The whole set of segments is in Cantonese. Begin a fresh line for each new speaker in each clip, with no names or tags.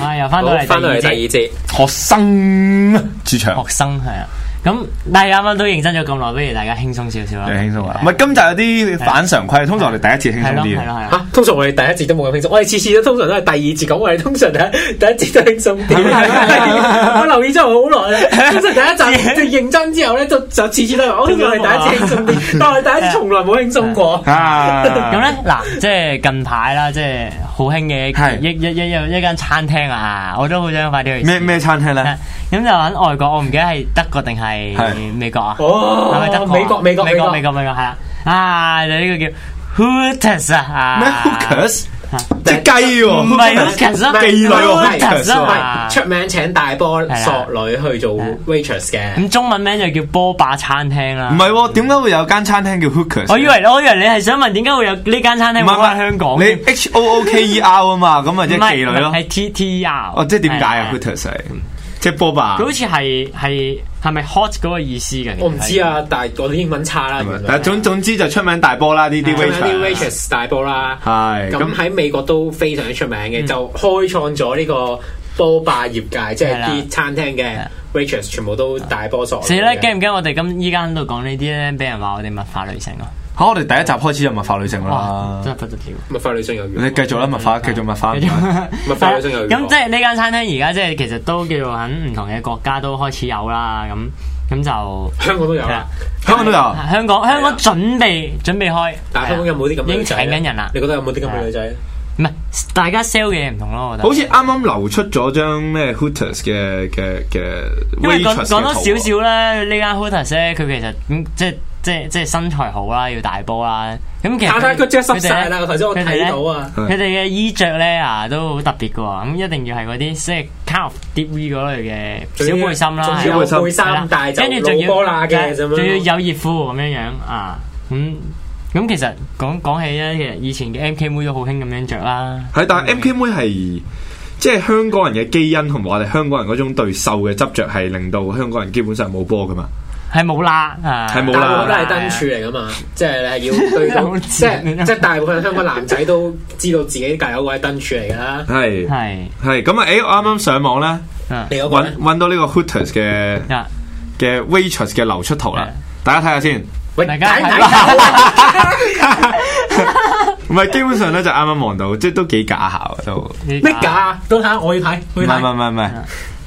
係又翻到
好
嚟
翻到嚟第
第
二
二節
節，
學生啊主場
學生係啊。咁但係啱啱都認真咗咁耐，不如大家輕鬆少少啦。
你輕鬆
Dạ.
啊！唔係今集有啲反常規，通常我哋第一次輕
係
鬆
咯
啲
哦係
嘅
咯。係
嚇
咯。
通常我哋第一節都冇咁輕鬆，我哋次次都通常都係第二節講，我哋通常第一第一節都輕鬆啲。 我留意咗我好耐啦，通常第一集認真之後咧，就就次次都係話我通常我哋第一節輕鬆啲，但係我哋第一節從來冇輕鬆過。
啊，
咁咧嗱，即係近排啦，即係好興嘅
係
一一一一一間餐廳啊，我都好想快啲去試。
咩咩餐廳咧
咁？就喺外國，我唔記得係德國定係
係
美國啊？
哦
係咪德國啊？
美國美國
美
美
國
國
美國美國係啊！啊，就呢個叫 Hooters 啊！
咩 hookers？即係雞喎，
唔係 Hooters 啊，
妓女喎
Hooters 啊
係！出名請大波
係啦
索女去做 waitress 嘅，
咁中文名就叫波霸餐廳啦。
唔係喎，點解會有間餐廳叫 hookers？
我以為我以為你係想問點解會有呢間餐廳冇喺香港？
你 H O O K E R 啊嘛，咁咪即係妓女咯。
係 T T R。
哦，即係點解啊
係係
？hookers 係即係波霸
佢。好似係係係咪 hot 嗰個意思嘅？
我唔知啊，但係我啲英文差啦，原來
但係總總之就出名大波啦，呢啲
咁樣啲
waitress
waitress 大波啦，
係
咁
咁
喺美國都非常之出名
嗯
嘅，就開創咗呢個波霸業界，即係
係啦
啲餐廳嘅 waitress 全部都大波索。
死啦！驚唔驚我哋咁依家喺度講呢啲咧，俾人話我哋物化女性啊？
嚇！我哋第一集開始就物化女性
哇
啦！
真係不得了。
咪啊法律上有
你繼續啦，物
嗯
化，繼續物化。啊
咪法律上有
咁即係呢間餐廳而家即係其實都叫做喺唔同嘅國家都開始有啦，咁咁就
香港都有
啊
啦，
香港都有，
香港香港準備準備開，
啊但係香港有冇啲咁
啊已
嘅
經
女
請
仔啊呢
緊人啦
你？覺得有冇啲咁嘅女仔？
唔係大家 sell 嘅嘢唔同咯，我覺得
好。似啱啱流出咗張咩 Hooters 嘅嘅嘅
因為講
waitress 嘅
講多
圖啊
少
喎
少咧，呢間 Hooters 咧，佢其實咁即係即係即係身材好啦，要大波啦。咁其實
但係佢
佢
着濕
啊佢哋
晒啦，
呢
頭先我
佢哋
睇
呢
到啊，
佢哋嘅衣着咧啊，都好特別嘅喎。咁一定要係嗰啲即係 calf deep V 嗰類嘅小背心啦，
仲
係
要
啦
有背
係啦
衫，但係
跟
就
住仲
露
要
波啦嘅咁樣咯。
仲要有熱褲咁樣樣啊。咁咁其實講講起咧，其實以前嘅 MK 妹都好興咁樣着啦。
係，但係 M K 妹係即係香港人嘅基因同埋我哋香港人嗰種對瘦嘅執着，係令到香港人基本上冇波噶嘛。
係冇啦，啊
係冇
大
啦
部分都係燈柱嚟噶嘛，即係你係要對
好
到，即
賤
係即係大部分香港男仔都知道自己隔有位燈柱嚟㗎啦。
係
係
係咁啊！誒，我啱啱上網咧，
啊
你嗰個呢
揾揾到呢個 Hooters 嘅
啊
嘅 waitress 嘅流出圖啦
係，
大家睇下先。
喂，
大家
睇
睇
睇下啊
唔係，基本上咧就啱啱望到，即係都幾假下喎都。唔
咩
咩㗎？都睇下，我要睇，我要
係唔係
睇。
唔係唔係，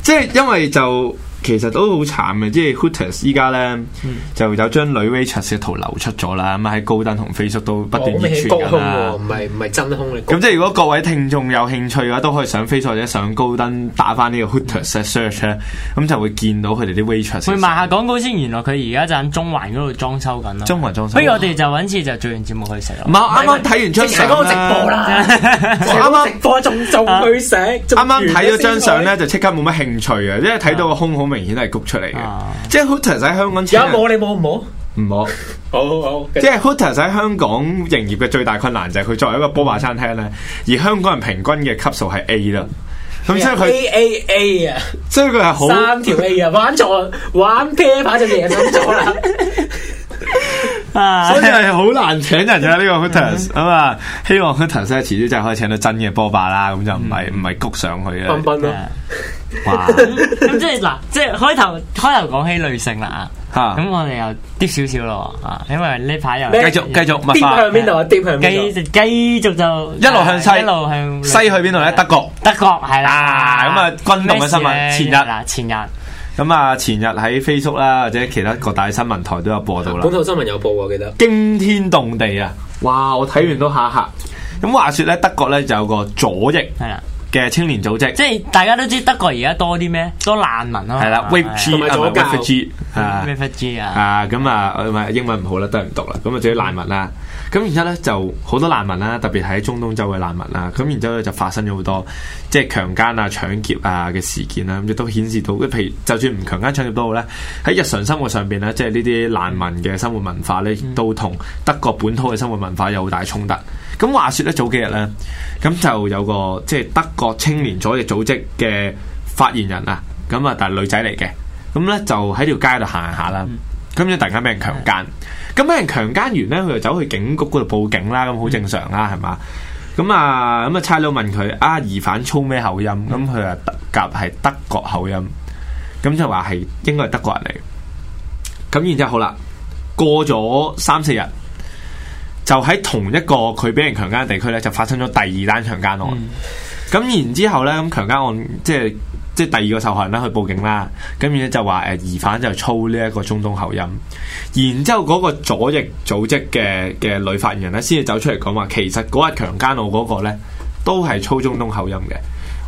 即係因為就其實都好慘嘅，即係 Hooters 依家咧
嗯
就有張女 waitress 嘅圖流出咗啦，咁啊喺高登同 Facebook 都不
哦我好
斷熱
明
傳
顯高
緊
空
啦
喎，。唔係唔係真空嚟。
咁即係如果各位聽眾有興趣嘅話，都可以上 Facebook 或者上高登打翻呢個 Hooters 嘅 search 咧，咁就會見到佢哋啲 waitress。
去賣下廣告先，原來佢而家就喺中環嗰度裝修緊咯。啊
中環裝修
不如我哋就揾次就做完節目去食
唔
咯。
係，我啱啱睇完張
成
相
個直播，啦，
我啱啱
直播仲仲去食，啱
啱啱睇咗張相咧，就即刻冇乜興趣啊嘅，因為睇到個胸好明顯係谷出嚟嘅
啊，
即係 Hooters 喺香港
有
請人
冇你冇唔
唔好。
好？好好好，
即係 Hooters 喺香港營業嘅最大困難就係佢作為一個波霸餐廳咧，而香港人平均嘅級數係 A 啦，咁所以佢
嗯啊 A A A 啊，
所以佢係好
三條 A 啊，玩錯玩 pair 牌就贏咗 啦。
啊
所以係好難請人嘅呢個 Hooters 咁啊，希望 Hooters 咧遲啲就可以請到真嘅波霸啦，咁就唔係唔係谷上去
笨
嘅。
笨啊咯，
哇！
咁即係嗱，即係開頭開頭講起女性啦
嚇
啊，咁我哋又啲少少咯喎啊，因為呢排又
咩
繼續繼續
跌
物化，
向邊度啊？跌向邊
繼
度？
繼續就
一路向西
一路向啊
西去邊度咧？德國。
德國係啦，
啊咁啊軍動嘅新聞
咩事
前
咧
日
嗱前日
咁啊，前日喺 Facebook 啦，或者其他各大新聞台都有播到啦
本。土新聞有報我記得。
驚天動地啊！哇！我睇完都嚇嚇。咁話說咧，德國咧就有個左翼
係啦，
嘅青年組織，
即係大家都知德國而家多啲咩？多難民啊咯，
係啦 w a v e G
同埋
啊
左
w
教
a v e G 啊
咩。f g 啊？
啊，咁啊，唔係英文唔好啦，都係唔讀啦。咁啊，至於難民啦，咁然之後咧就好多難民啦，特別喺中東洲嘅難民啦。咁然之後咧就發生咗好多即係強姦啊、搶劫啊嘅事件啦。咁亦都顯示到，譬如就算唔強姦搶劫都好咧，喺日常生活上邊咧，即係呢啲難民嘅生活文化咧，亦都同德國本土嘅生活文化有好大衝突。咁話説咧，早幾日咧，咁就有個即係德國青年左翼組織嘅發言人啊，咁啊，但係女仔嚟嘅，咁咧就喺條街度行下啦。咁就突然間俾人強姦，咁俾人強姦完咧，佢就走去警局嗰度報警啦，咁好正常啦，係嘛？咁啊，咁啊，差佬問佢啊，疑犯操咩口音？咁佢話德甲係德國口音，咁就話係應該係德國人嚟。咁然之後好啦，過咗三四日，就喺同一個佢俾人強姦嘅地區咧，就發生咗第二單強姦案。咁然之後咧，咁強姦案即係即係第二個受害人啦，去報警啦。咁然之後就話誒疑犯就操呢一個中東口音。然之後嗰個左翼組織嘅嘅女發言人咧，先至走出嚟講話，其實嗰日強姦我嗰個咧都係操中東口音嘅。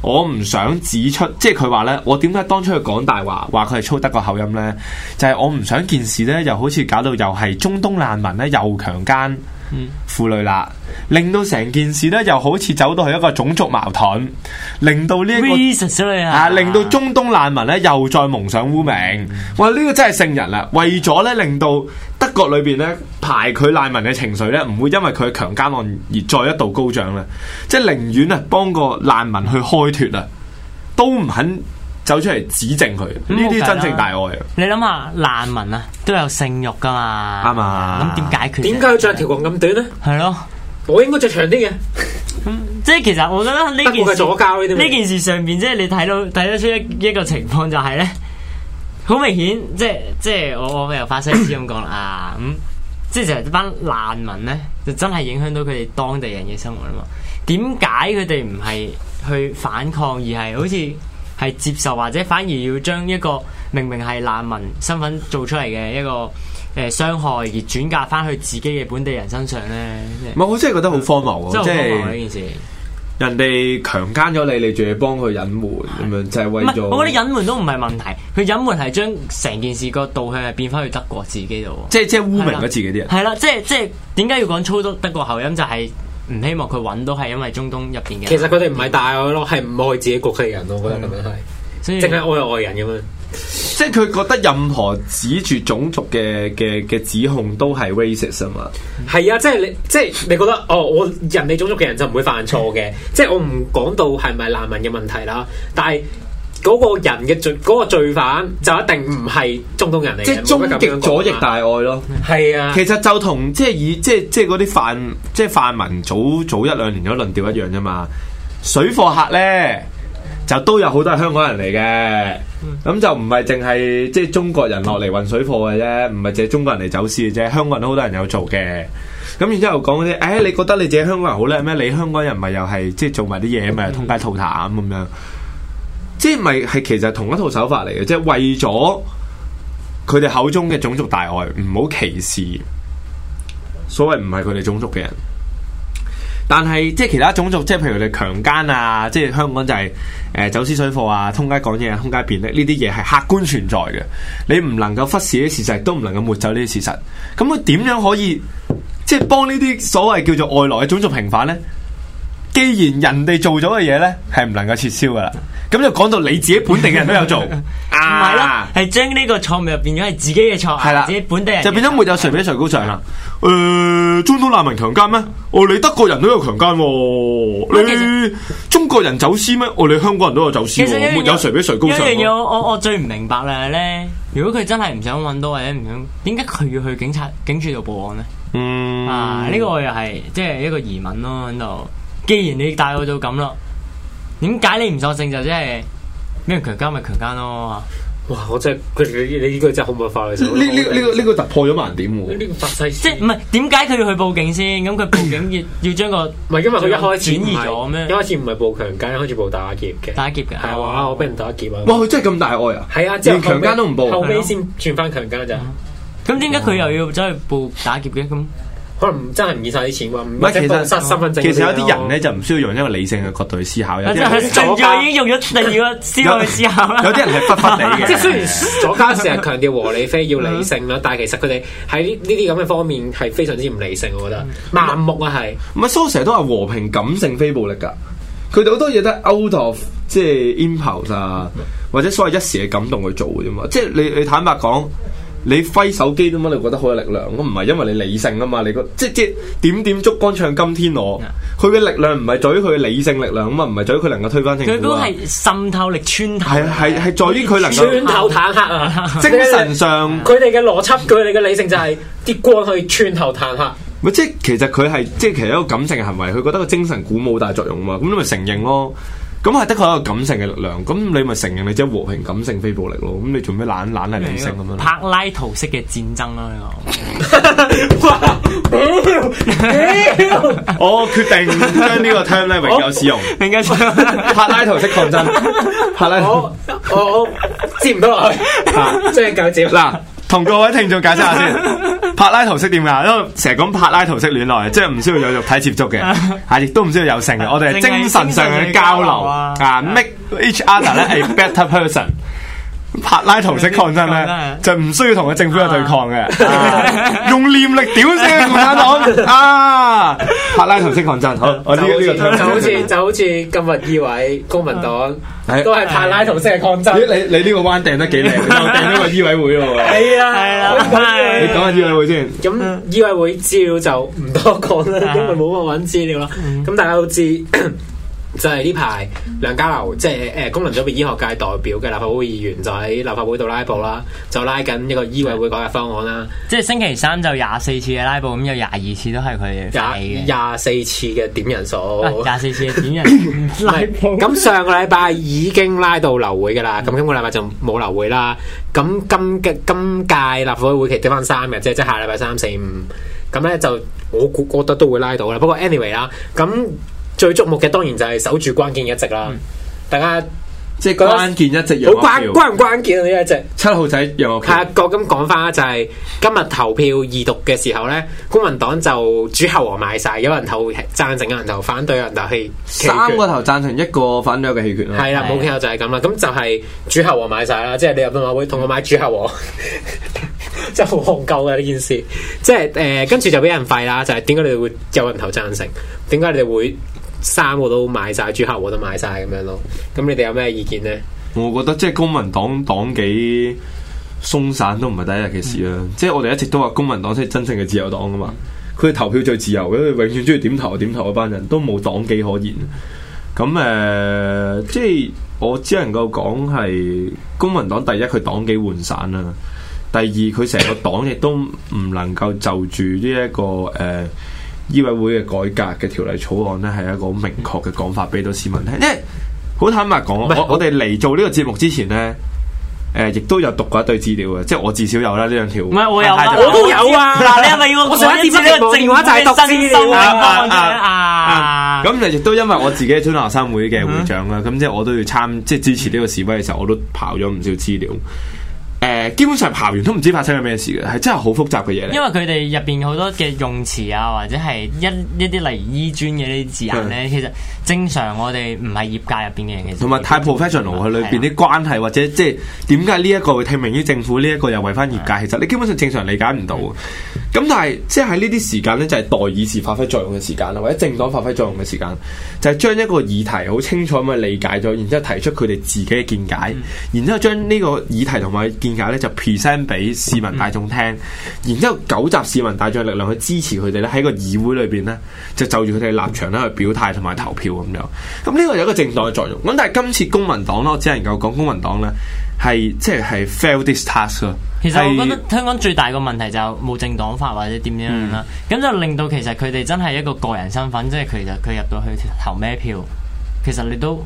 我唔想指出，即係佢話咧，我點解當初佢講大話，話佢係操德國口音咧？就係、我唔想件事咧，又好似搞到又係中東難民咧，又強姦婦女啦，令到成件事咧，又好似走到去一個種族矛盾，令到呢、一個
reasons 嚟啊
啊，令到中東難民咧又再蒙上污名。哇！呢、個真係聖人啦，為咗咧令到德國裏邊咧排佢難民嘅情緒咧，唔會因為佢嘅強姦案而再一度高漲啦，即係寧願啊幫個難民去開脱啊，都唔肯走出嚟指證佢。呢
冇計
啲
啦
真正大愛啊！
你諗下難民啊，都有性慾噶嘛？
啱啊
咁點解決啫？
點解要着條裙咁短咧？
係咯？
我應該着長啲嘅，
即係其實我覺得呢
德
件
國嘅
事
左膠呢啲咪。
呢件事上面，即係你睇到睇得出一一個情況就係咧，好明顯，即係即係我我由法西斯咁講啦啊，咁、即係其實班難民咧，就真係影響到佢哋當地人嘅生活啊嘛。點解佢哋唔係去反抗，而係好似係接受，或者反而要將一個明明係難民身份做出嚟嘅一個誒傷害，而轉嫁翻去自己嘅本地人身上咧？
唔係，我真係覺得好荒謬
即
喎，
係
即
真係好荒謬啊
係
呢件事。
人哋強姦咗你，你仲要幫佢隱瞞咁樣，就係為
唔係，
咗。
我覺得隱瞞都唔係問題，佢隱瞞係將成件事個導向係變翻去德國自己度
即係即係污名咗自己啲人
喎。。係啦，即係即係點解要講粗德德國口音就係唔希望佢揾到係因為中東入邊嘅。
其實佢哋唔係大愛咯，係唔愛自己國家嘅人咯，我覺得咁樣係，
所以
淨係愛外人咁樣。
即係佢覺得任何指住種族嘅嘅嘅指控都係 racist 啊嘛，
係啊，即係你，即係你覺得哦，我人哋種族嘅人就唔會犯錯嘅，即係我唔講到係咪難民嘅問題啦，但係嗰個人嘅罪，嗰、個罪犯就一定唔係中東人嚟嘅，
即係終極左翼大愛咯。
啊係啊，
其實就同即係以即係即係嗰啲泛即係泛民早早一兩年嗰論調一樣啫嘛。水貨客咧就都有好多係香港人嚟嘅，咁就唔係淨係即係中國人落嚟運水貨嘅啫，唔係淨係中國人嚟走私嘅啫，香港人都好多人有做嘅。咁然之後講嗰啲，誒、你覺得你自己香港人好叻咩？你香港人咪又係即係做埋啲嘢咪通街吐痰咁樣，即係咪係其實同一套手法嚟嘅，即係為咗佢哋口中嘅種族大愛，唔好歧視所謂唔係佢哋種族嘅人。但係即係其他種族，即係譬如你強姦啊，即係香港就係、誒、走私水貨啊，通街講嘢啊，通街辯咧，呢啲嘢係客觀存在嘅，你唔能夠忽視呢啲事實，都唔能夠抹走呢啲事實。咁佢點樣可以即係幫呢啲所謂叫做外來嘅種族平反呢？既然人哋做咗嘅嘢呢，係唔能夠撤銷噶啦，咁就講到你自己本地嘅人都有做，
唔
啊
係啦，係將呢個錯誤入變咗係自己嘅錯，
係啦
自己本地人嘅
就變咗
錯
沒有誰比誰高尚啦。誒、中東難民強姦咩？哦，你德國人都有強姦
喂其
喎、
實
你中國人走私咩？哦，你香港人都有走私
其實
喎、
一樣
沒有誰比誰高尚
一
啊
樣嘢
喎、
我我我最唔明白啦咧，如果佢真係唔想揾到或者唔想，點解佢要去警察警署度報案呢？
嗯，
啊！呢、個我又係即係一個疑問咯喺度。既然你帶我到咁咯，點解你唔索性就即係咩強姦咪強姦咯？
哇！我真係佢你你呢句真係好冇法律。
呢呢呢個呢個突破咗盲點喎。
呢個法西斯
即係唔係點解佢要去報警先？咁佢報警 要要將個
唔係因為佢一開始
轉
唔
移
係
咗咩
一開始唔係報強姦，一開始報打劫嘅。
打劫嘅
係話我俾人打劫啊！
哇！佢真係咁大愛啊！
係啊，之後
連強姦都唔
後
報。
尾先轉翻強姦咋。
咁點解佢又要走去報打劫嘅？咁
可能唔真係唔見晒啲錢啩，唔
唔係
即係
其
報失
實
身份證嗰啲咯。
其實有啲人咧就唔需要用一個理性嘅角度去思考，有啲
即
人
係
係左
盡咗
家
已經用咗第二個思路去思考啦。
有啲人係忽忽 地嘅，
即係雖然 左家成日強調和理非要理性啦，但係其實佢哋喺呢啲咁嘅方面係非常之唔理性，我覺得盲目啊係。
唔係蘇成日都話和平感性非暴力㗎，佢哋好多嘢都係 out of 即係 impulse 啊，或者所謂一時嘅感動去做嘅啫嘛。即係你你坦白講，你揮手機點解你覺得好有力量？咁唔係因為你理性啊嘛，你個即即點點燭光唱今天我，
啊
佢嘅力量唔係在於佢嘅理性力量啊嘛，唔係在於佢能夠推翻
佢
政
嗰
府
個
啊。
係滲透力穿透。
係啊係係在於佢能
穿
夠
透坦克啊！
精神上。
佢哋嘅邏輯，佢哋嘅理性就係啲光去穿透坦克。
咪即係其實佢係即係其實一個感性嘅行為，佢覺得個精神鼓舞大作用啊嘛，咁你咪承認咯。咁係的確係一個感性嘅力量，咁你咪承認你即係和平感性非暴力咯。咁你做咩懶懶係理性咁樣咧？
柏拉圖式嘅戰爭啦，呢個
哇！ 屌屌
我哦決定將呢個 term 咧永久使用。
明解錯？
柏拉圖式抗爭，柏拉圖
我我我接唔到 落去，即係夠接啦。
嗱， 同各位聽眾解釋下 先。柏拉圖式點㗎？因為成日講柏拉圖式戀愛，即係唔需要有肉體接觸 嘅，啊，亦都唔需要有性嘅。我哋係精神上嘅
淨係精神上嘅交
交流
流啊
啊，make each other 咧 a better person。柏拉圖式抗爭 咧，就唔需要同個政府有對抗嘅，啊用念力屌死佢共產 黨啊！柏拉圖式抗爭，好，我呢呢個
就好似
term
就好似今日呢位公民黨
係
都係柏拉圖式嘅抗爭。
咦你你呢個彎掟得幾 靚，又掟咗個醫委會 喎。
係啊，
係啦
我
係
你講下醫委會先。
咁醫委會資料就唔多講啦，
嗯啊嗯
因為冇乜揾資料啦。咁大家都知。 就係呢排梁家騮，即係誒功能組別醫學界代表嘅立法會議員，就喺立法會度拉布啦，就拉緊一個醫委會改革方案啦，
即係星期三就廿四次嘅拉布，咁有廿二次都係佢哋廢
廿
嘅。
廿四次嘅點人數。
啊廿四次 係點人拉布？
咁上個禮拜已經拉到流會噶啦，咁今個禮拜就冇流會啦。咁今嘅今屆立法會會期得翻三日啫，即係下禮拜三四五。咁咧就我估覺得都會拉到啦。不過 anyway 啦，咁最矚目嘅當然就係守住關鍵一席啦。大家
即係
覺得
關鍵一隻羊
好
角
關
橋
關唔關鍵啊呢一席？
七號仔楊岳橋
係啊，我咁講翻啦，就係今日投票二讀嘅時候咧，公民黨就主後和買晒，有人投贊成，有人投反對，有人投棄棄權
三個頭贊成一個反對嘅棄
啊
權啦。
嗯係啦，
係
冇傾就係咁啦。咁就係主客和買晒啦，即係你入到馬會同我買主客和， 真係好戇鳩嘅呢件事。即係誒，呃跟、住就俾人廢啦。就係點解你哋會有人投贊成？點解你哋會三個都買晒，主客和都買晒咁樣咯？咁你哋有咩意見咧？
我覺得即係公民黨黨紀鬆散都唔係第一日嘅事啦。啊
嗯
即係我哋一直都話公民黨先係真正嘅自由黨噶嘛，佢哋投票最自由嘅，佢哋永遠中意點投就點投嗰班人都冇黨紀可言。啊咁誒、呃即係我只能夠講係公民黨第一佢黨紀渙散啦，第二佢成個黨亦都唔能夠就住呢、一個誒。呃醫委會嘅改革嘅條例草案呢，係一個好明確嘅講法俾到市民聽，因為好坦白講，
係
我我哋嚟做呢個節目之前呢，誒、亦都有讀過一堆資料嘅，即係我至少有啦呢兩條。
唔係我有啊，
係
我都有啊
嗱，你係咪要
我上一節節目電話就係讀資料
啊
啊
啊
啊！
咁你亦都因為我自己係中大學生會嘅會長啦，咁即係我都要參即係支持呢個示威嘅時候，我都刨咗唔少資料。誒、基本上刨完都唔知發生咗咩事嘅，係真係好複雜嘅嘢嚟
因。為佢哋入邊好多嘅用詞啊，或者係一一啲例如醫專嘅呢啲字眼咧，其實正常我哋唔係業啊界入邊嘅人，其實
同埋太 professional 佢裏邊啲關係，或者即係點解呢一個會聽命於政府，呢、一個又為翻業
啊
界，其實你基本上正常理解唔到。咁但係即係喺呢啲時間呢，就係代議士發揮作用嘅時間啦，或者政黨發揮作用嘅時間，就係、將一個議題好清楚咁去理解咗，然之後提出佢哋自己嘅見解，
嗯
然之後將呢個議題同埋見解呢，就 present 俾市民大眾聽，然之後九集市民大眾嘅力量去支持佢哋咧喺個議會裏邊呢，就就住佢哋嘅立場咧去表態同埋投票咁樣。咁呢個有一個政黨嘅作用。咁但係今次公民黨咯，我只能夠講公民黨呢，係即係係 fail this task 咯。
其實我覺
係
得香港最大個問題就冇政黨法或者點樣啦，
嗯
咁、就令到其實佢哋真係一個個人身份，即係其實佢入到去投咩票，其實你都誒、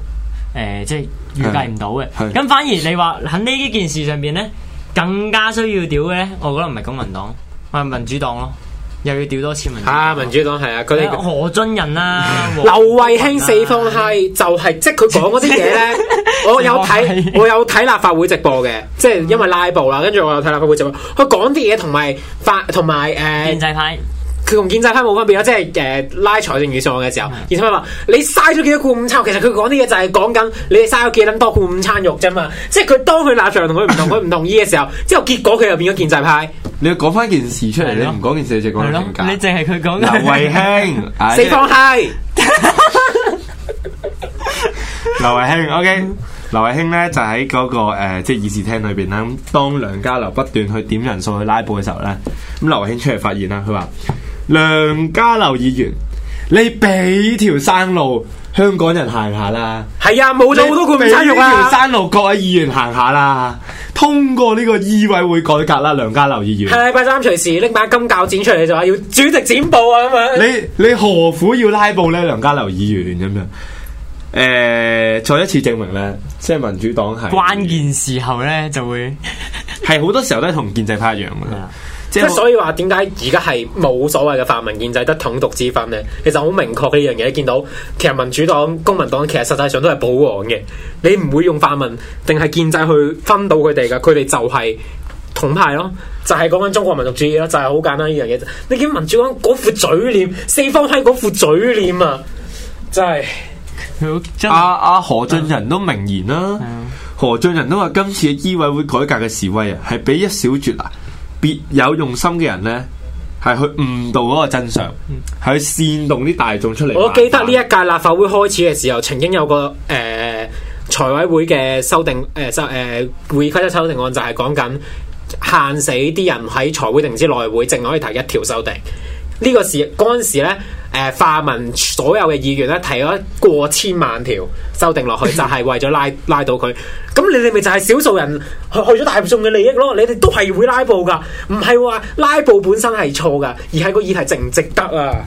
呃即係預計唔到嘅。
係
咁反而你話喺呢一件事上邊咧，更加需要屌嘅咧，我覺得唔係公民黨，係民主黨咯，又要屌多次民主黨
啊，民主黨係啊，佢哋
何俊仁啊啦、
嗯
劉慧卿四方
啊
閪就係即係佢講嗰啲嘢 咧，我有睇
四方閪
我有睇立法會直播嘅，即係因為拉布啦，跟住我有睇立法會直播，佢講啲嘢同埋法同埋誒
建。制派
佢同建制派冇分別啦，即係誒、呃拉財政預算案嘅時
嗯
候，建制派話你嘥咗幾多罐午餐肉，其實佢講啲嘢就係講緊你哋嘥咗幾撚多罐午餐肉啫嘛。即係佢當佢立場同佢唔同，佢唔同意嘅時候，之後結果佢又變咗建制派。
你要講翻件事出嚟，
係
你
咯
唔講件事，你就講
係咯
評，價。
你淨係佢講
劉慧卿，啊
四方嗨，
劉慧卿，OK。劉慧卿咧就喺嗰、個、呃、即係議事廳裏邊啦。咁當梁家樓不斷去點人數去拉布嘅時候咧，咁劉慧卿出嚟發言啊啦，佢話：梁家樓議員，你俾條生路香港人行下啦。
係啊，冇咗好多罐午餐肉
你俾條
啊！
山路各位議員行下啦，通過呢個醫委會改革啦，梁家樓議員
係。禮啊拜三隨時拎把金鉸剪出嚟就話要主席剪布啊咁樣。
你你何苦要拉布咧？梁家樓議員咁樣，诶、再一次證明咧，即係民主黨係
關，鍵時候咧就會
係好多時候都係同建制派一樣噶啦，即
即
係
係所以話點解而家係冇所謂嘅泛民建制得統獨之分咧？其實好明確呢樣嘢，見到其實民主黨、公民黨其實實際上都係保皇嘅，你唔會用泛民定係建制去分到佢哋噶，佢哋就係統派咯。就係講緊中國民族主義咯，就係、好簡單呢樣嘢。你見民主黨嗰副嘴臉，四方閪嗰副嘴臉啊，真係
佢好真
阿
係
阿何俊仁都明言啦，
嗯
何俊仁都話今次嘅醫委會改革嘅示威啊，係俾一小撮啊別有用心嘅人咧。係去誤導嗰個真相，係去煽動啲大眾出嚟反彈。
嗯我記得呢一屆立法會開始嘅時候，曾經有個誒、呃、財委會嘅修訂誒修誒會議規則修訂案，就係講緊限死啲人喺財會定之內會，淨可以提一條修訂。呢、個時嗰陣時咧，誒、泛民所有嘅議員咧提咗過千萬條修訂落去， 就係為咗拉拉到佢。咁你哋咪就係少數人去去咗大眾嘅利益咯，你哋都係會拉布噶，唔係話拉布本身係錯噶，而係個議題值唔值得啊！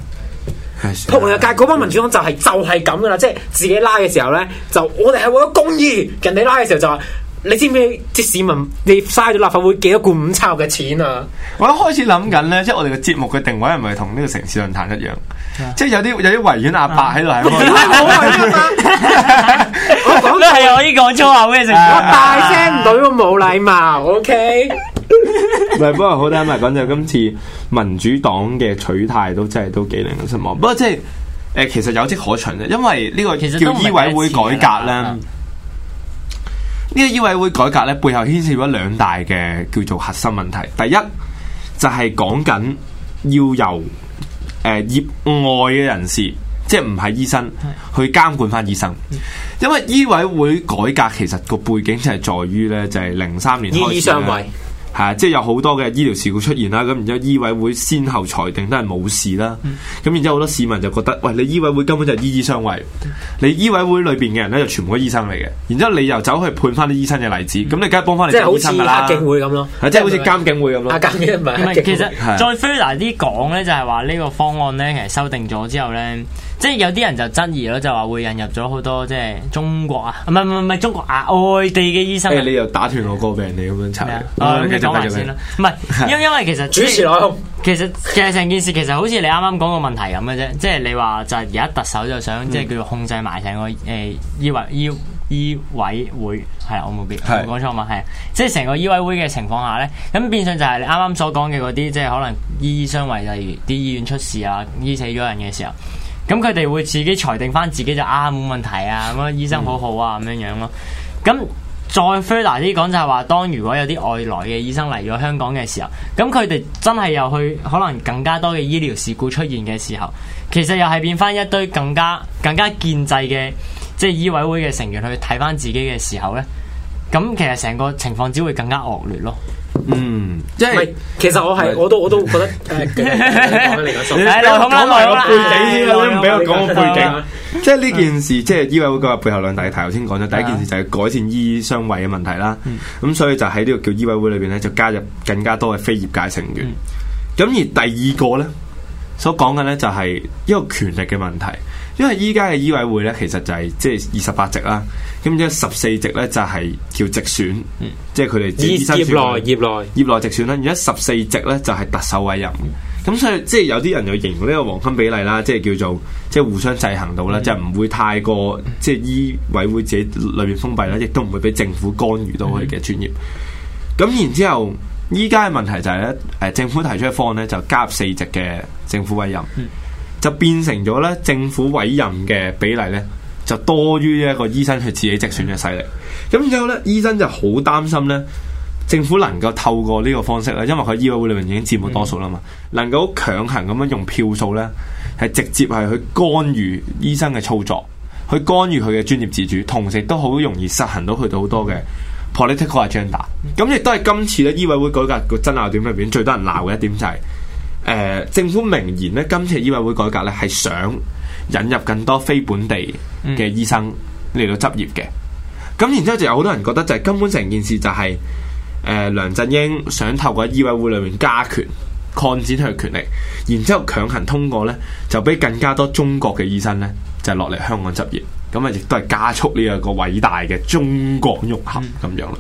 仆街嗰班民主黨就係、就係咁噶啦，即係自己拉嘅時候咧，就我哋係為咗公義，人哋拉嘅時候就話。你知唔知啲市民你嘥咗立法會幾多罐午餐嘅錢啊？
我一開始諗緊咧，即係我哋嘅節目嘅定位係咪同呢個城市論壇一樣？
啊
即係有啲有啲維園阿伯喺度喺 度，
我講
都係我已經講粗口嘅成
我
日
大聲唔到都冇禮貌，OK？
唔係不過好坦白講，就今次民主黨嘅取態都真係都幾令人失望。不過即係誒，其實有跡可循嘅，因為呢個
其實
叫
都唔係
醫委會改革
第
咧。
一次㗎啦嗯
呢個醫委會改革咧，背後牽涉咗兩大嘅叫做核心問題。第一就係講緊要由誒、呃、業外嘅人士，即係唔係醫生，去監管翻醫生。
嗯
因為醫委會改革其實個背景就係在於咧，就係零三年
以
開
以
始
上
呢
為，
係啊，即係有好多嘅醫療事故出現啦，咁然之後醫委會先後裁定都係冇事啦，
嗯
咁、然之後好多市民就覺得，喂，你醫委會根本就係醫醫相衞，你醫委會裏邊嘅人咧就全部都醫生嚟嘅，然之後你又走去判翻啲醫生嘅例子，咁、你梗係幫翻你
嗯即係
啲
好
醫生
似
㗎
黑
啦，啊
警會咁咯，
係即係好似監警會咁
阿
咯，
監警唔係
唔
黑
係，
警
其實
會，
係
再 further 啲講咧，就係話呢個方案咧，其實修訂咗之後咧，即係有啲人就質疑咯，就話會引入咗好多即係中國啊，唔係唔係唔係中國啊，外地嘅醫生
誒、
啊。
你又打斷我歌病，你咁樣
咩
查嗯
啊，啊咁
繼
你講
續
埋
繼續
先啦。唔係，因因為其實
主持內控
其實其實成件事其實好似你啱啱講個問題咁嘅啫，即係你話就係而家特首就
嗯
想即係叫做控制埋成個誒呃醫委醫醫委會係啦，我冇記
係
冇講錯嘛，係即係成個醫委會嘅情況下咧，咁變相就係你啱啱所講嘅嗰啲，即係可能醫醫相衞，例如啲醫院出事啊，醫死咗人嘅時候。咁佢哋會自己裁定翻自己就啊冇問題啊，咁啊醫生好好啊咁樣樣咯。咁再 further 啲講就係話，當如果有啲外來嘅醫生嚟咗香港嘅時候，咁佢哋真係又去可能更加多嘅醫療事故出現嘅時候，其實又係變翻一堆更加更加建制嘅即係醫委會嘅成員去睇翻自己嘅時候呢。咁其實成個情況只會更加惡劣咯。
嗯，即
唔係
係。
其實我係我都我都覺得 誒，
你
你講先
俾我講埋個
背景先啦，你唔俾我講個背
好
景
啦。
即係呢件事，即係醫委會嘅背後兩大題，頭先講咗。第一件事就係改善醫相衞嘅問題啦。咁所以就喺呢個叫醫委會裏邊咧，就加入更加多嘅非業界成員。咁而第二個咧，所講嘅咧就係一個權力嘅問題，因為依家嘅醫委會咧，其實就係即係二十八席啦，咁即係十四席咧就係叫直選，即係佢哋
業
醫生選舉
業內業內
業內直選啦，而家十四席咧就係特首委任。咁所以即係有啲人就形容呢個黃金比例啦，即係叫做即係互相制衡到啦，即係唔會太過即係醫委會自己裏面封閉啦，亦都唔會俾政府干預到佢嘅專業。咁然之後，依家嘅問題就係咧，誒政府提出嘅方案咧就加入四席嘅政府委任，就變成咗咧政府委任嘅比例咧就多於一個醫生佢自己直選嘅勢力。咁然之後咧，醫生就好擔心咧。政府能夠透過呢個方式咧，因為佢醫委會裏面已經佔滿多數啦嘛，能夠強行咁樣用票數咧，係直接係去干預醫生嘅操作，去干預佢嘅專業自主，同時都好容易實行到佢哋好多嘅 political agenda。咁亦都係今次咧醫委會改革個爭拗點裏邊最多人鬧嘅一點就係、誒、政府明言咧，今次醫委會改革咧係想引入更多非本地嘅醫生嚟到執業嘅。咁然之後就有好多人覺得就係根本成件事就係、誒、呃梁振英想透過喺醫委會裏面加權。擴展佢嘅權力，然之後強行通過呢，就俾更加多中國嘅醫生呢，就落嚟香港執業，咁啊亦都係加速呢一個偉大嘅中港融合咁樣啦。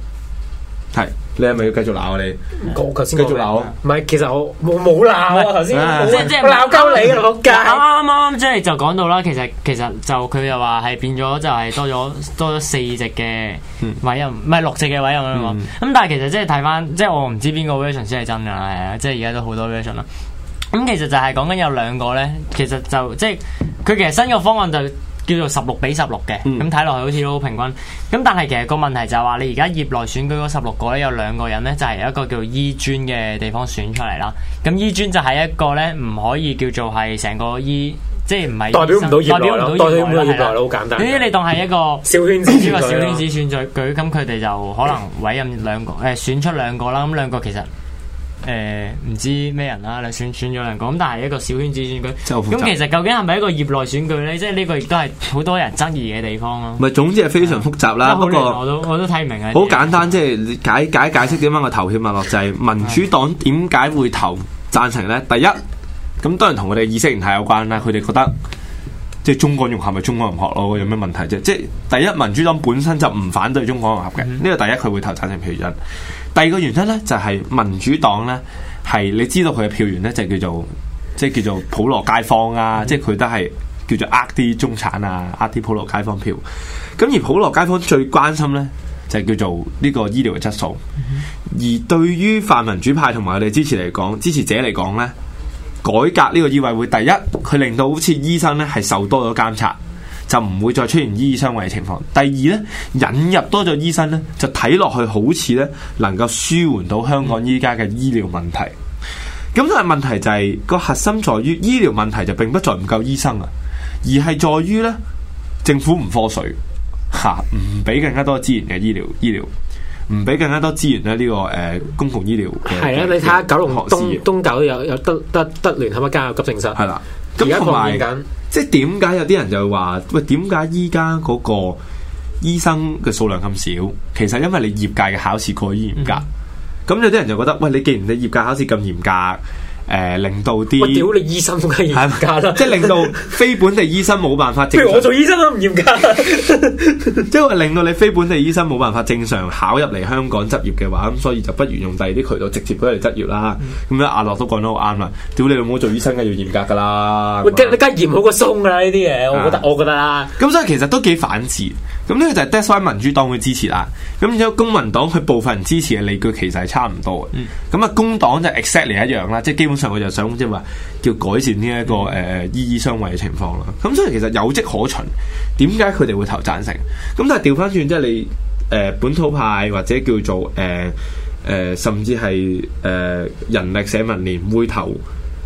係，啊你係咪要繼續鬧我哋？
我頭先
繼續鬧我
唔係，其實我我冇鬧啊，頭先
啊
冇
即即
我鬧鳩你啦，啊仆街！
啱啱啱啱即係就講到啦，其實其實就佢又話係變咗就係多咗多咗四席嘅
嗯
委任，唔係六席嘅委任咁樣講。咁但係其實即係睇翻，即係我唔知邊個 version 先係真㗎啦，係啊，即係而家都好多 version 啦。咁其實就係講緊有兩個咧，其實就即係佢其實新個方案就。叫做十六比十六嘅，
嗯
咁睇落去好似都好平均。咁但係其實個問題就係話，你而家業內選舉嗰十六個咧，有兩個人咧就係、有一個叫醫專嘅地方選出嚟啦。咁醫專就係一個咧唔可以叫做係成個醫，即係唔係
代表唔到
醫生
業內咯，代
代表唔
表唔到
到
業
業
內
內
咯，
啦。
好簡單。
總之你當係一個
小圈
呢
子選舉
個
咯
小圈子選舉，咁佢哋就可能委任兩個，誒、選出兩個啦。咁兩個其實誒唔、知咩人啦，你選選咗兩個，咁但係一個小圈子選舉。
真係好複雜
咁其實究竟係咪一個業內選舉咧？即係呢個亦都係好多人爭議嘅地方咯。
咪總之係非常複雜啦，
真係好
不
亂
過。
我都我都睇唔明啊！
好簡單，即係解解解釋點樣個投票脈絡就係、民主黨點解會投贊成呢？第一，咁當然同佢哋意識形態有關啦，佢哋覺得即係中港融合咪中港融合咯，有咩問題啫？即係第一，民主黨本身就唔反對中港融合嘅，呢個、第一佢會投贊成票原因。第二個原因呢，就係、民主黨呢，係你知道佢嘅票源呢，就叫做即係叫做普羅街坊啊，即係佢都係叫做呃啲中產啊，呃啲普羅街坊票。咁而普羅街坊最關心呢，就係叫做呢個醫療嘅質素。而對於泛民主派同埋佢哋支持嚟講，支持者嚟講呢，改革呢個醫委會，第一佢令到好似醫生呢係受多咗監察，就唔會再出現醫醫相衞嘅情況。第二呢，引入多咗醫生呢，就睇落去好似呢能夠舒緩到香港依家嘅醫療問題。咁但係問題就係、個核心在於醫療問題就並不在唔夠醫生啊，而係在於呢政府唔科水嚇，唔俾更加多資源嘅醫療醫療，唔俾更加多資源咧呢、個誒、呃公共醫療嘅。
係啊，你
嘅
睇下九龍
嘅資
東
源
東九有有得得得聯合一家有急症室，
啊係啦，
而
咁
家
同
擴
埋
建緊。
即係點解有啲人就會話喂點解依家嗰個醫生嘅數量咁少？其實因為你業界嘅考試過於嚴
嗯
格，咁、有啲人就覺得喂你既然你業界考試咁嚴格，誒、令到
我屌
啲
你醫生都係
係
嚴格啦，
即係令到非本地醫生冇 辦法
不
正
如我
常，
做醫生都唔嚴格。
即係令到你非本地醫生冇辦法正常考入嚟香港執業嘅話，咁所以就不如用第二啲渠道直接俾佢哋執業啦。咁
嗯
咧阿樂都講得好啱啦，屌你老母做醫生梗係要嚴格噶啦。
喂， 梗你梗係嚴好過鬆噶啦呢啲嘢，我覺
啊
得我覺得啦。
咁所以其實都幾反智。咁呢個就係 that's why 民主黨會支持啦。咁然之後公民黨佢部分人支持嘅理據其實係差唔多嘅。咁啊、工黨就 exactly 一樣啦，即係基本上佢就想即係話叫改善呢、一個誒、呃醫醫相衞嘅情況啦。咁所以其實有跡可循，點解佢哋會投贊成？咁但係調翻轉即係你誒、呃本土派或者叫做誒誒、呃甚至係誒、呃人力社民連會投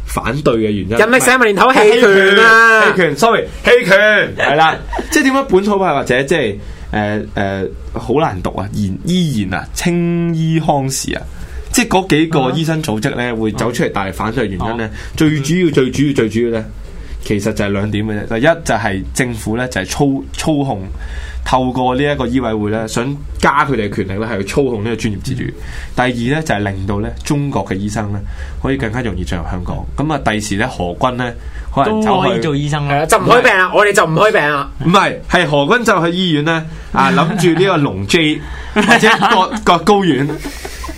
反對嘅原因，
人力社民連頭棄權啊
棄！權，sorry，棄權係啦，即係點解本土派或者即係誒誒好難讀啊，然依然啊，青衣康時啊。即係嗰幾個醫生組織咧，會走出嚟大力反對嘅原因咧，最主要、最主要、最主要咧，其實就係兩點嘅啫。第一就係政府咧，就係操操控，透過呢一個醫委會咧，想加佢哋嘅權力咧，係去操控呢個專業自主。第二咧就係令到咧中國嘅醫生咧，可以更加容易進入香港。咁啊，第時咧何君咧，可能
都
走
可
去
以做醫生
係啊，
啦。
就唔開病啦，我哋就唔開病啦。
唔係，係何君就去醫院咧，啊諗住呢個龍 J 或者割割高丸，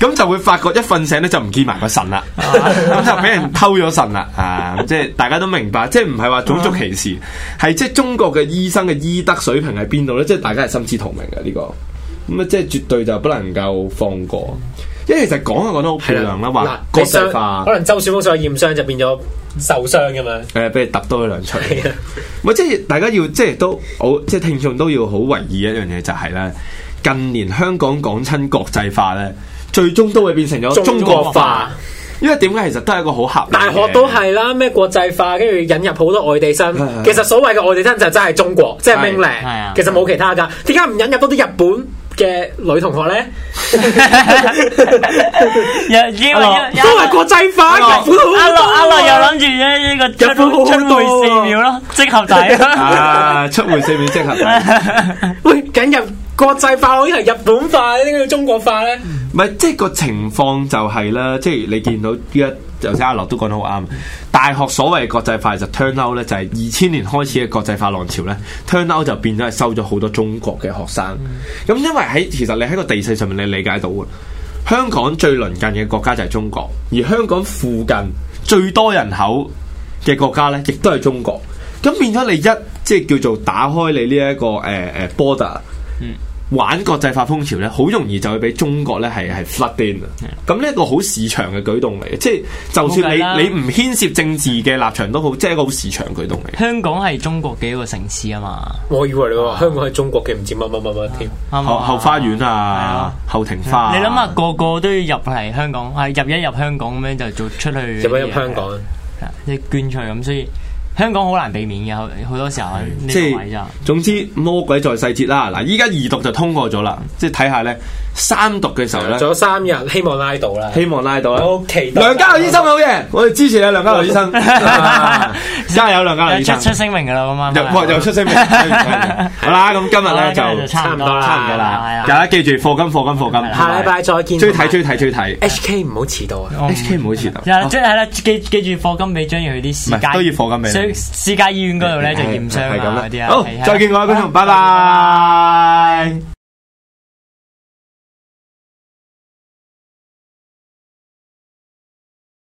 咁就會發覺一瞓醒咧就唔見埋個腎啦，咁就俾人偷咗腎啦，啊咁即係大家都明白，即係唔係話種族歧視，係即係中國嘅醫生嘅醫德水平喺邊度咧？即係大家係心知肚明嘅呢、個，咁啊即係絕對就不能夠放過。因為其實講就講得好漂亮啦，話國際化
可。能周小峰上去驗傷就變咗受傷咁樣。
誒，呃俾你揼多佢兩錘。
係啊，
唔係即係大家要即係都好，即係聽眾都要好留意一樣嘢就係咧，近年香港講親國際化咧，最終都會變成咗中國化。，因為點解其實都係一個好合理嘅
大學都係啦，咩國際化，跟住引入好多外地生
係係。係
其實所謂嘅外地生就真係中國，即係
係
命令
係啊。
其實冇其他㗎。點解唔引入多啲日本嘅女同學咧？
又因為
都係國際化，日本好
阿樂阿樂又
多啊。
諗住咧呢個
日本
出
好
出
多
會
喎
四秒咯，即合底。
啊，出門四面即 合理。
喂，緊入國際化好似係日本化，點解要中國化咧？
唔係，即係個情況就係、啦，即係你見到依家頭先阿樂都講得好啱，大學所謂嘅國際化就 turn out 咧，就係二千年開始嘅國際化浪潮咧，turn out 就變咗係收咗好多中國嘅學生。咁、因為喺其實你喺個地勢上面你理解到嘅，香港最鄰近嘅國家就係中國，而香港附近最多人口嘅國家咧，亦都係中國。咁變咗你一即係叫做打開你呢、一個誒誒、呃 border。玩
嗯
國際化風潮咧，好容易就會俾中國咧係
嗯
係 flood in 啊！咁呢一個好市場嘅舉動嚟嘅，即係就
冇計啦
算你你唔牽涉政治嘅立場都好，即係一個好市場舉動嚟嘅。
香港係中國嘅一個城市啊嘛，
我以為你話香港係中國嘅，唔知乜乜乜乜添。
啱唔啱
後
啊
後花園
係
啊
啊，
後庭花、
你諗下，個個都要入嚟香港，係入一入香港咁樣就做出去
入一入香港，
係啊，即係捐出去咁，所以香港好難避免嘅，好好多時候喺呢
即
個位
係啊
咋。
總之魔鬼在細節啦！嗱，依家二讀就通過咗啦，即係睇下咧三讀嘅時候咧
仲，有三日，希望拉到啦。
希望拉到啦。啊
我好期待
梁家豪醫生好嘢，我哋支持你，梁家豪醫 生，啊加油，梁家豪醫
出
生！
出聲明噶啦，咁啱啊
又哇又出 聲明，好啦，咁今日
好啦
咧
今日就
就
差唔多
差唔
啦，係
多啦
差唔多啦
啊，
大家記住課金課金課金，
下禮拜嗯再見。
追睇追睇追睇
HK 唔好遲到啊！
我唔
，HK 唔好遲到。
係啊即係啦，記記住課金俾張耀去啲私
哦唔係
家
都要課金俾你
私家醫院嗰度咧就驗傷
係咁
啊嗰啲
啦，
啊，
好
係啊，
再見各位觀眾，拜
好
拜。